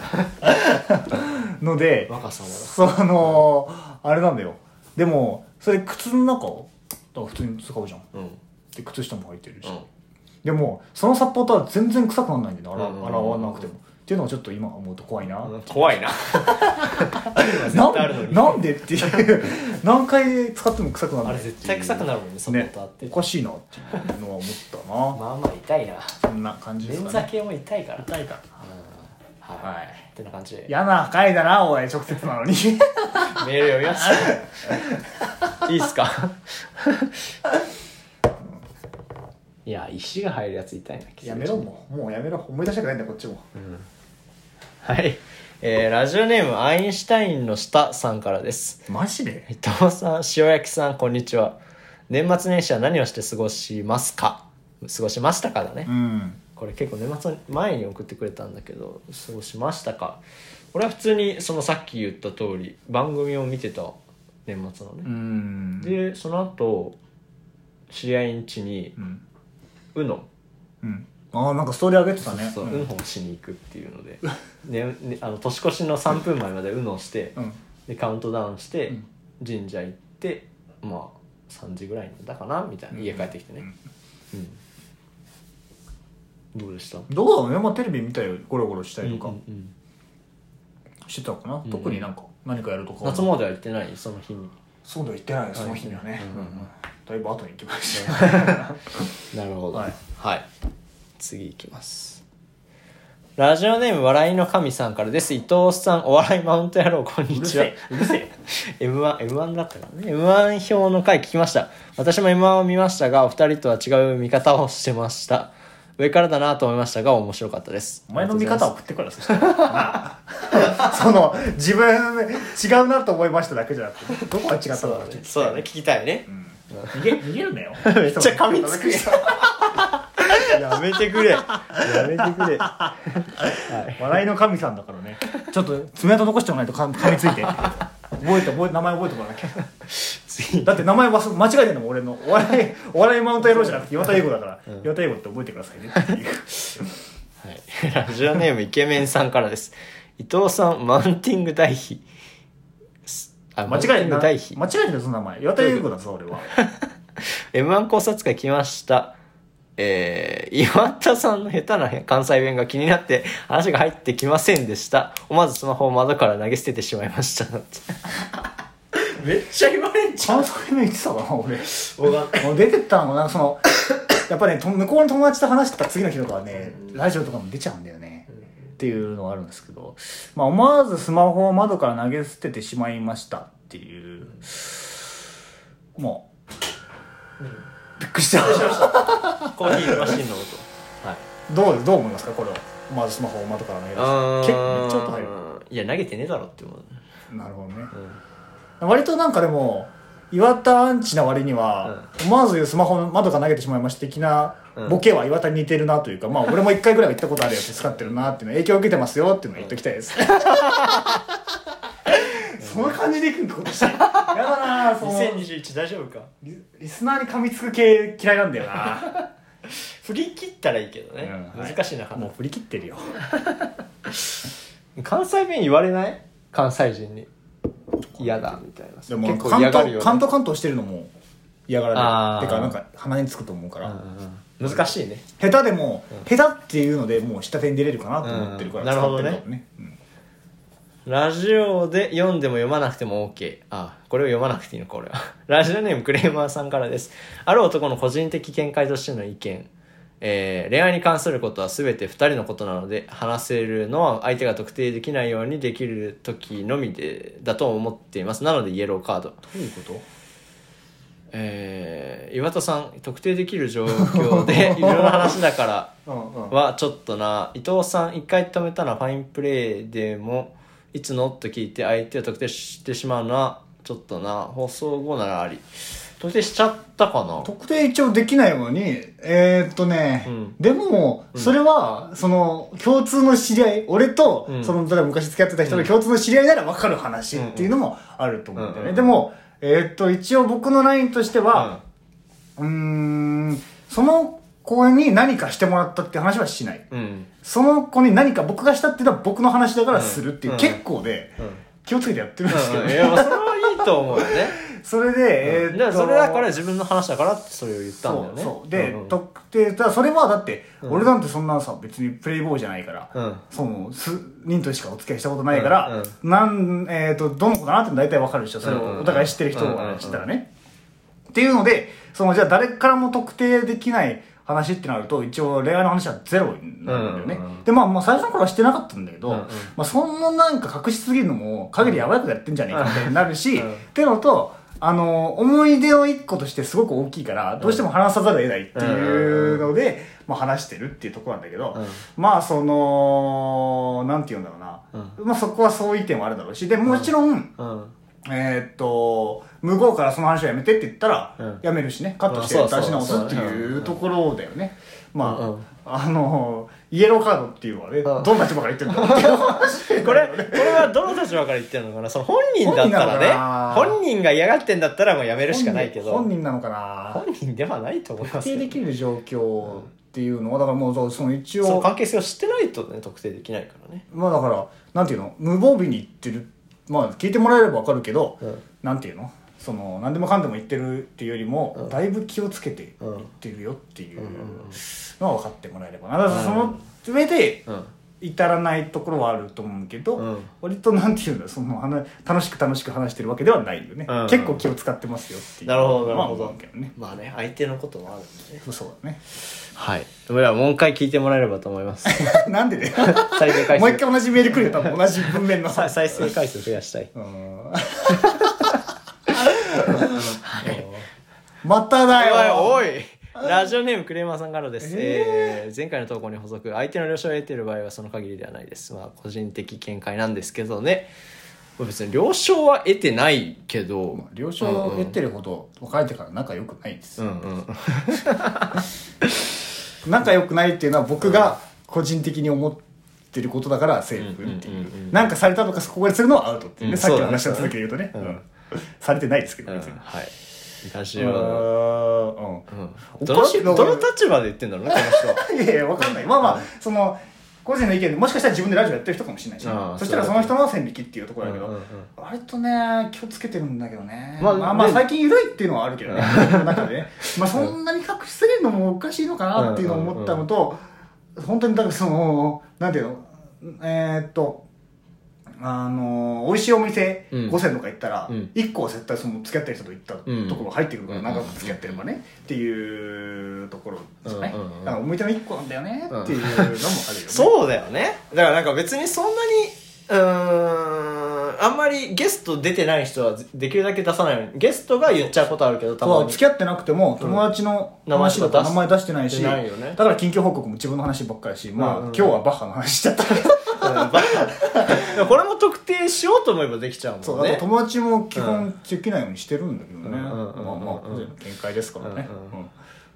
C: ので
B: 若さまだ
C: そのあれなんだよでもそれ靴の中をだから普通に使うじゃん
B: うんうん
C: で靴下も履いてるし、でもそのサポーターは全然臭くならないんだよね
B: う
C: 洗,、
B: んうんうんうん
C: 洗わなくてもっていうのはちょっと今思うと怖いな、
B: うん怖 いな
C: な
B: 絶対あるのに
C: なんでって いう何回使っても臭くなる
B: あれ絶対臭くなるもんねサポーターって、
C: ね、おかしいなっていうのは思ったな、
B: まあまあ痛いな
C: そんな感じです
B: 連
C: か
B: 座
C: ね
B: 系も痛いから
C: 痛いか
B: はい、
C: はい
B: ってな感じで
C: 嫌な回だなおい直接な のに
B: メール読みま した。いいっすか いや、石が入るやつ痛いな、
C: やめろもうもうやめろ思い出したくないんだこっちも
B: はい。えーラジオネーム、アインシュタインの下さんからです。
C: マジで
B: 伊藤さん、塩焼きさん、こんにちは。年末年始は何をして過ごしますか過ごしましたかだね。
C: うん
B: これ結構年末前に送ってくれたんだけど過ごしましたか俺は普通にそのさっき言った通り番組を見てた年末のね、
C: うん
B: でその後知り合いん家に
C: うん、
B: うの
C: うん、ああなんかストーリー上げてたね
B: そう
C: う
B: うん
C: ん
B: ほをしに行くっていうので、 ねねあの年越しの3分前までうのをして、
C: うん
B: でカウントダウンして
C: ん
B: 神社行ってまあ3時ぐらいにだかなみたいな家帰ってきてねうん、どうでした
C: どうだろうね、まあ、テレビ見たりゴロゴロしたりとか
B: うんうんうん
C: してたのかな、
B: ん
C: 特になんか何かやるとかは
B: 夏詣は行ってないその日に
C: そうだ行ってないよその日にはね、
B: うんうんうん
C: だいぶ後に行きましたね
B: なるほどは
C: はいい、
B: 次いきますラジオネーム笑いの神さんからです伊藤さんお笑いマウント野郎こんにちは
C: うるせえ
B: m 1 m 1だったからね m 1票の回聞きました私も m 1を見ましたがお二人とは違う見方をしてました上からだなと思いましたが面白かったです
C: お前の見方を送ってくれそしたらなあ その自分違うなと思いましただけじゃなくてどこが違ったのか
B: そうだ
C: 聞いて
B: ねそうだね聞きたいね、
C: 逃げ逃げるな よ
B: めっちゃ噛みつくやめてく れやめてくれ
C: 笑いの神さんだからねちょっと爪痕残しておかないと噛み噛みついて覚えて覚え名前覚えてもらわなきゃ
B: 次
C: だって名前忘れ間違えてるのも俺のお笑いお笑いマウント野郎じゃなくて岩田英語だから、岩田英語って覚えてくださいねっていう
B: はい、ラジオネームイケメンさんからです。伊藤さん、マウンティング代費。す あ
C: 間違えて
B: バ
C: な
B: ン
C: 間
B: テ
C: 違
B: ング
C: えてないぞ名前岩田優子だぞ俺は
B: M1 考察会来ました。えー、岩田さんの下手な関西弁が気になって話が入ってきませんでした。思わずスマホを窓から投げ捨ててしまいました。だってめっちゃ言われん
C: ちゃんと言ってたかな俺
B: わかん
C: もう出てったのもなんかその やっぱねと向こうの友達と話してた次の日とかはねラジオとかも出ちゃうんだよねっていうのがあるんですけど、まあ、思わずスマホを窓から投げ捨ててしまいましたっていうもうびっくりした
B: コーヒーマシンの音。はい。
C: どうどう思いますかこれをまずスマホを窓から投げ出
B: あ
C: してけめっちゃ音入る
B: いや、投げてねえだろって思う。
C: なるほどね、割となんかでも岩田アンチな割には、思わずスマホの窓から投げてしまいました的な
B: うん
C: ボケは岩田に似てるなというか、まあ俺も一回ぐらいは言ったことある やつ使ってるなっていうの影響を受けてますよっていうのは言っときたいです、 その感じでいくんだ今年やだなその
B: 2021大丈夫か
C: リリスナーに噛みつく系嫌いなんだよな
B: 振り切ったらいいけどね。
C: うんはい
B: 難しいな、かな
C: もう振り切ってるよ
B: 関西弁言われない関西人に。嫌だ、みたいな。
C: でも
B: 結構
C: 関
B: 嫌が
C: 東、
B: るよね。
C: 関東関東してるのも嫌がら
B: あー
C: れるてかなんか鼻につくと思うから、
B: うんうん難しいね。
C: 下手でも、下手っていうのでもう下手に出れるかなと思ってるから、
B: うんなるほどね
C: 使ってかもね
B: ラジオで読んでも読まなくても OK。あ、これを読まなくていいのか、俺は。 ラジオネームクレーマーさんからです。ある男の個人的見解としての意見。えー恋愛に関することは全て2人のことなので、話せるのは相手が特定できないようにできる時のみで、だと思っています。なのでイエローカード。
C: うん、どういうこと
B: えー岩田さん、特定できる状況で、いろいろな話だから、
C: うん
B: はちょっとな伊藤さん一回止めたらファインプレーでもいつのと聞いて相手を特定してしまうのはちょっとな放送後ならあり特定しちゃったかな
C: 特定一応できないように、えーっとね、
B: うん
C: でも、それは、その、共通の知り合い、俺と、
B: うん
C: その、例えば昔付き合ってた人の共通の知り合いなら分かる話っていうのもあると思うんだよね。
B: うん
C: でも、えーっと、一応僕のラインとしては、うーん、その子に何かしてもらったって話はしない。
B: うん、うん、
C: その子に何か僕がしたっていうのは僕の話だからするっていう、
B: うん
C: 結構で、
B: うん
C: 気をつけてやってるんですけど
B: うんい
C: ね。
B: やそれはいいと思うよね、
C: それで、
B: え
C: えーっ
B: で
C: と
B: それだから自分の話だからってそれを言ったんだよね
C: そうそうで、
B: んん
C: 特定だそれはだって、俺なんてそんなさ別にプレイボーイじゃないから、
B: うん
C: その数人としかお付き合いしたことないから、
B: う
C: なんえー、とどの子だなって大体わかるでしょそれ
B: うんうんう
C: を
B: ん
C: お互い知ってる人
B: うんうんう
C: が
B: ん
C: 知ったらね、っていうのでそのじゃあ誰からも特定できない話ってなると一応恋愛の話はゼロになるんだよね、
B: うんうんうん
C: でまあまあ最初の頃はしてなかったんだけど、
B: うんうん
C: まあ、そんななんか隠しすぎるのも陰でやばいことやってんじゃねえかみたいになるし、
B: うん
C: ってのと、あの、思い出の一個としてすごく大きいから、どうしても話さざるを得ないっていうので、まあ話してるっていうところなんだけど、
B: う
C: まあその、なんて言うんだろうな。まあそこはそういう意見もあるだろうし、で、もちろん、
B: うん
C: えーっと、向こうからその話はやめてって言ったら、
B: うん
C: やめるしね、カットして
B: うんそうそう
C: 出し直すって
B: そう
C: いううんところだよね。まあ、
B: うん
C: あの、イエローカードっていうのはね、
B: うん
C: どんな人ばかり言ってるん だろうっていう話
B: これ、これはどの立場から言ってるのかなその本人だった
C: 本人な
B: ら
C: の
B: ね、
C: かな
B: 本人が嫌がってんだったらもうやめるしかないけど、
C: 本人なのかな
B: 本人ではないと思いま
C: 特
B: すけ
C: 定
B: ど
C: できる状況っていうのはだからもうその一
B: その
C: 応
B: 関係性を知ってないとね特定できないからね
C: まあだからなんていうの無防備に言ってるまあ聞いてもらえればわかるけど、
B: うん
C: なんていうのその何でもかんでも言ってるっていうよりも、
B: うん
C: だいぶ気をつけて
B: うん
C: 言ってるよっていう
B: うん
C: のは分かってもらえればなだからその上で
B: うん
C: 至らないところはあると思うけど、
B: うん
C: 割となんていうんだその話楽しく楽しく話してるわけではないよね、
B: うん
C: 結構気を使ってますよっていう
B: なるほどなる
C: まあ
B: ほ
C: 思
B: ど
C: うけどね
B: まあね相手のこともあるんでね
C: そうだね
B: はいではもう一回聞いてもらえればと思います
C: なんでね
B: 再生回
C: もう一
B: 数
C: 回同じメール来るよ、多分同じ文面の。
B: さ再生回数増や したい
C: うん。まただよ。
B: おいおいラジオネームクレーマーさんからです、えー前回の投稿に補足相手の了承を得ている場合はその限りではないですまあ個人的見解なんですけどねまあ別に了承は得てないけど
C: 了承を得てるほど別れてから仲良くないです
B: う。んうん
C: 仲良くないっていうのは僕が個人的に思ってることだからセーフって
B: うん
C: い
B: うんうんう
C: う。
B: ん
C: なんかされたとかそこがするのはアウトっていう
B: う
C: ね。
B: ん
C: さっきの
B: そうだね
C: 話の続きで言うとね。う
B: うん
C: んされてないですけど、
B: うん
C: 別に。
B: はいラ
C: う
B: ジオ
C: んうん
B: うん
C: お
B: どの
C: かしいな
B: どの立場で言ってんだろうねこの人は
C: いやいや、わかんない。まあまあ、その、個人の意見でもしかしたら自分でラジオやってる人かもしれないしね、
B: ああ
C: そしたらそ
B: そう
C: の
B: だ
C: 人の線引きっていうところだけど、
B: うんうんうん
C: 割とね気をつけてるんだけどね、ま
B: ま
C: あ、
B: あ
C: まあ
B: で
C: 最近緩いっていうのはあるけ どね僕の中でね、まあ、そんなに隠しすぎるのもおかしいのかなっていうのを思ったのと、本当にだからそのなんていうのえーっとあの美味しいお店
B: うん
C: 5選とか行ったら、
B: うん
C: 1個は絶対その付き合ってる人と行った
B: うん
C: ところ入ってくるから
B: うん
C: 長く付き合ってればねっていうところですね、
B: うんうんうん
C: だからお店の1個なんだよねっていうのもあるよね、
B: そうだよねだからなんか別にそんなにうーんあんまりゲスト出てない人はできるだけ出さないようにゲストが言っちゃうことあるけどたま
C: そう
B: に
C: 付き合ってなくても友達の
B: うん
C: 話だと名
B: 名
C: 前
B: 前
C: 出してないし、
B: 出ないよね
C: だから近況報告も自分の話ばっかりだし、まあ
B: うんうん
C: 今日はバッハの話しちゃった
B: うんバカでもこれも特定しようと思えばできちゃう
C: そ
B: も
C: うんだから
B: ね
C: 友達も基本できないようにしてるんだけどね、
B: うんうんうん
C: まあまあ個人の見解ですからね、
B: うんうん
C: うん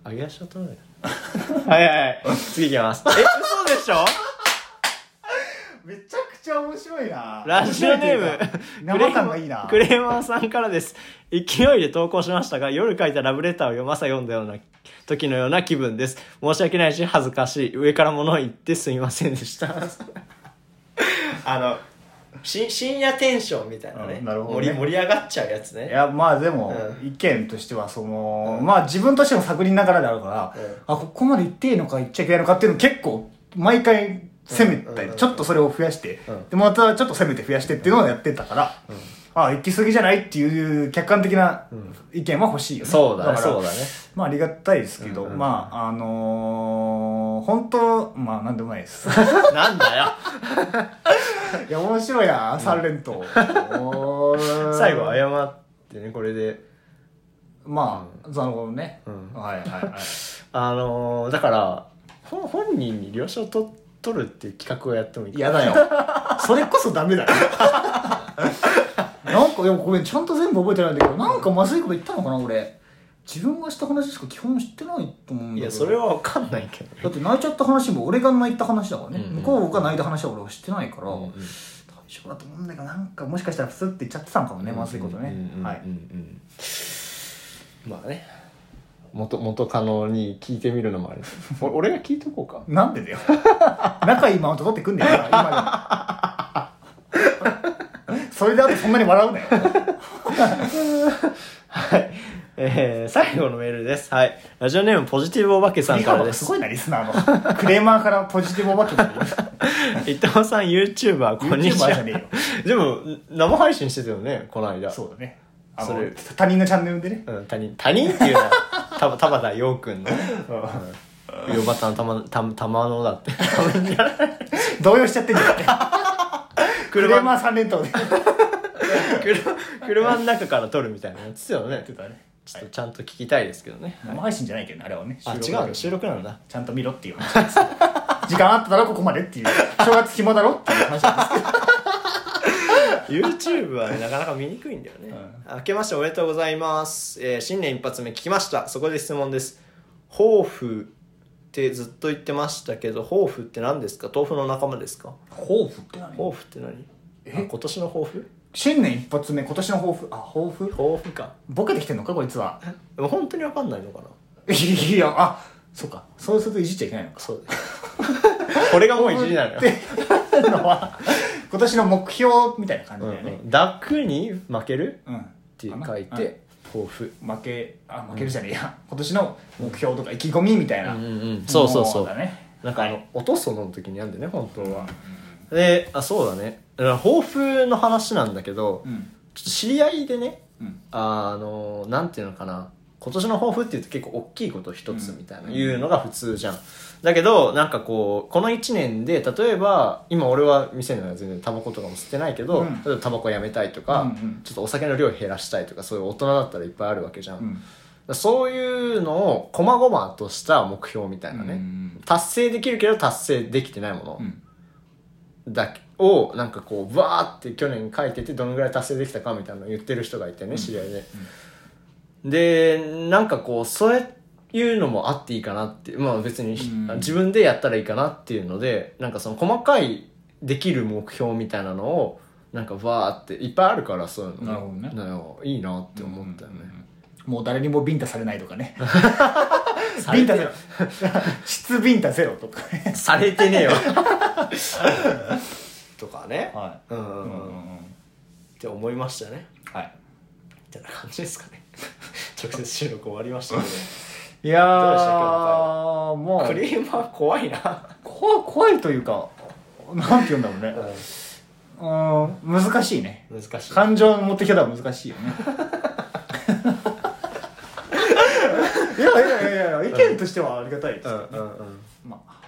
B: あげ足を取らない はいはいはい次いきますえ嘘でしょ
C: めちゃくちゃ面白いな
B: ラジオネーム
C: 生感がいいな
B: クレーマーさんからです勢いで投稿しましたが夜書いたラブレターを読まさ読んだような時のような気分です申し訳ないし恥ずかしい上から物を言ってすみませんでした あのし深夜テンションみたいなね,、
C: うんなるほどね
B: 盛り盛り上がっちゃうやつ
C: い
B: ね
C: やまあでも、
B: う
C: 意見としてはその、まあ自分としても探りながらであるから、
B: うん
C: あここまで言っていいのか言っちゃいけないのかっていうの結構毎回攻めたり、
B: うん
C: ちょっとそれを増やして、
B: うん
C: でまたちょっと攻めて増やしてっていうのをやってたから、あ行き過ぎじゃないっていう客観的な意見は欲しいよね、
B: そうだね
C: から
B: そうだね
C: まあありがたいですけど、
B: うんうん
C: まああのー本当まあなんでもないです
B: なんだよ
C: いや面白いなサンレント、 おー
B: 最後謝ってねこれで
C: まあ、なるほどね、
B: うん
C: はいはいはい
B: あのーだから本本人に了承と取るっていう企画をやってもいいか
C: 嫌だよそれこそダメだよ なんかでもごめんちゃんと全部覚えてないんだけどなんかまずいこと言ったのかな俺自分がした話しか基本知ってないと思うんだけど
B: いやそれはわかんないけど
C: だって泣いちゃった話も俺が泣いた話だからね、
B: うんうん
C: 向こうが泣いた話は俺は知ってないから、
B: うんうん
C: 大丈夫だと思うんだけどなんかもしかしたらスッて言っちゃってたのかもね、まずいことね、
B: うんうんうん
C: はい
B: うんうんまあね元元カノに聞いてみるの もあれお俺が聞いとこうか
C: なんでだよ仲いいマウント取ってくんだよ今 でもそれであとそんなに笑うなよ
B: はいえー、最後のメールですはいラジオネームポジティブおばけさんからです
C: すごいな、リスナーの。ク レーマーからポジティブお化けまで。
B: 伊藤さん YouTuber こんにち
C: YouTuber
B: は
C: じゃねえ
B: で
C: よ
B: も生配信してたよねこの間
C: そうだね。あ
B: そ
C: の
B: れ、
C: 他人のチャンネルでね。
B: うん、他人他人っていうのは田田畑陽君のねうんヨバタのたまたたまのだって
C: 動揺しちゃってんじゃん。 クレーマー3連投で。
B: 車車の中から撮るみたいなやつだよねちょっとちゃんと聞きたいですけどね、
C: 生配信じゃないけどね、あれはね。
B: あ違
C: 収録だ
B: う
C: け
B: の収録な
C: ど
B: んだ
C: ちゃんと見ろっていう話です。時間あっただろ、ここまでっていう。正月暇だろっていう話なんです
B: YouTube はね、なかなか見にくいんだよね、明けましておめでとうございます、えー新年一発目聞きましたそこで質問です抱負ってずっと言ってましたけど抱負って何ですか豆腐の仲間ですか
C: 抱負って何
B: 抱負って何あ今年の抱負
C: 新年一発目、今年の抱負。あ、抱負
B: 抱負か
C: ボケてきてんのか、こいつは。
B: でも本当に分かんないのかない
C: や、あ、そうか。そうするといじっちゃいけないの か。
B: そうですこれがもういじりなのよ
C: ってのは、今年の目標みたいな感じだよね。
B: ダックに負ける
C: うん。っ
B: って書いて抱負
C: 負けあ負けるじゃねえや、 今年の目標とか意気込みみたいな、
B: うんうんそうそうそう
C: もだね
B: なんかあの落とすの時にやんでね本当はであそうだねだから抱負の話なんだけど、
C: うん
B: ちょっと知り合いでね
C: うん
B: あのなんていうのかな今年の抱負っていうと結構大きいこと一つみたいな、いうのが普通じゃんだけどなんかこうこの1年で例えば今俺は店のは全然タバコとかも吸ってないけど、
C: うん
B: 例えばタバコやめたいとか、
C: うんうん
B: ちょっとお酒の量減らしたいとかそういう大人だったらいっぱいあるわけじゃん、
C: うん
B: そういうのを細々とした目標みたいなね、
C: うん
B: 達成できるけど達成できてないもの
C: うん
B: だけ、をなんかこうわーって去年書いててどのぐらい達成できたかみたいなのを言ってる人がいてね知り合いで、でなんかこうそういうのもあっていいかなってまあ別に、
C: うん
B: 自分でやったらいいかなっていうのでなんかその細かいできる目標みたいなのをなんかわーっていっぱいあるからそういうの
C: なるほどね
B: だよいいなって思ったよね、
C: もう誰にもビンタされないとか ね ビンタゼロ質ビンタゼロとかね
B: されてねえよ とかね、
C: はい
B: うんうん
C: うんう
B: うんっ
C: んうん
B: て思いましたね
C: はい
B: みたいな感じですか ね直接収録終わりましたけど
C: いや
B: どうでした今日
C: ーも
B: ク
C: う
B: リーマー怖いな、
C: 怖い怖いというかなんて言うんだろうねうん難しいね
B: 難しい
C: 感情の持ってき方は難しいよねいやいやいやいや意見としてはありがたいですけどね、
B: うんうん
C: まあ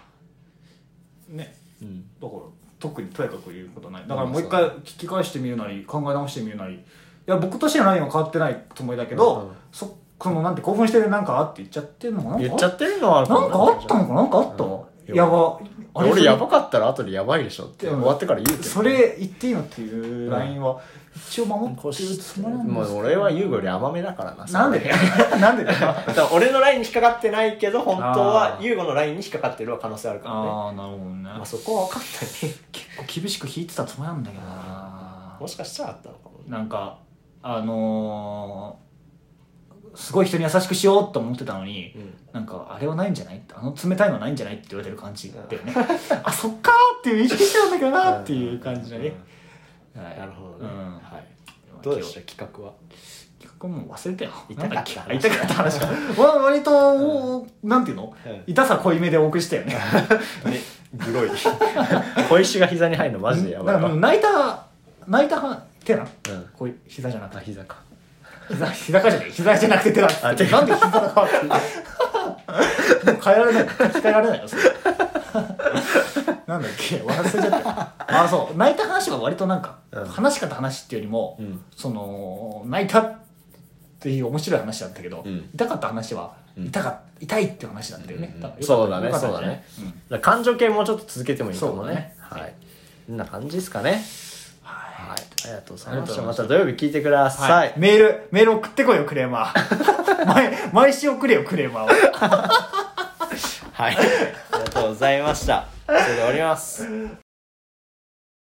C: ね
B: うん
C: だから特にとやかく言うことはないだからもう一回聞き返してみるなり考え直してみるなりいや僕としての何も変わってないつもりだけど、
B: うん
C: そこのなんて興奮してるなんかあって言っちゃってんのかな
B: 言っちゃってるのはある
C: なんかあったの
B: も
C: かなんかあった、
B: うん
C: やばあれ
B: 俺やばかったら後でやばいでしょって
C: うん
B: 終わってから言うけど
C: それ言っていいのっていうラインは一応守ってるつもりなんですけど
B: もう俺は優吾より甘めだから な
C: なんでだよなんでだよ
B: だから俺のラインに引っかかってないけど本当は
C: あー
B: 優吾のラインに引っかかってるは可能性あるからね
C: ああなるほどね
B: まあ、そこは分かんないね
C: 厳しく弾いてたつもりなんだけどな
B: もしかしたらあったのかもね
C: なんかあのーすごい人に優しくしようと思ってたのに、
B: うん
C: なんかあれはないんじゃないあの冷たいのはないんじゃないって言われてる感じだよね あそっかーっていう意識してたんだけどなーっていう感じだね、はい
B: なるほどね、
C: うん
B: はいどうでした企画は
C: 企画もう忘れたよ
B: 痛かった話
C: なんだけ痛かった話か わ割と、なんていうの、
B: うん
C: 痛さ濃いめでお送りしたよね
B: ねグロい 小石が膝に入るのマジでやばい
C: だからもう泣いた泣いたは手な、
B: ん
C: こういう膝じゃなく
B: あ
C: て
B: 膝か
C: 膝膝かじゃない膝じゃなくて手だっつって
B: あ手
C: なんで膝だかってもう変えられない書き換えられないよそれ なんだっけ忘れちゃったあそう泣いた話は割となんか、
B: うん
C: 話し方話っていうよりも、
B: うん
C: その泣いたっていう面白い話だったけど、
B: うん
C: 痛かった話は、
B: ん
C: 痛か痛いっていう話だったよね、だからよ
B: そうだ
C: かった
B: ね
C: よか
B: そ
C: っ
B: う
C: た
B: だ
C: よ
B: ね
C: うん
B: だから感情系もうちょっと続けてもいいか
C: そ
B: も
C: う
B: ね
C: だね
B: はいこんな感じですかね
C: はい
B: はいありがとうございました
C: あり
B: ま
C: が
B: た土曜日聞いてくださ
C: はいい、メール、メール送ってこいよ、クレーマ ー。毎、毎週送れよ、クレーマーを。
B: はい、ありがとうございましたそれで終わります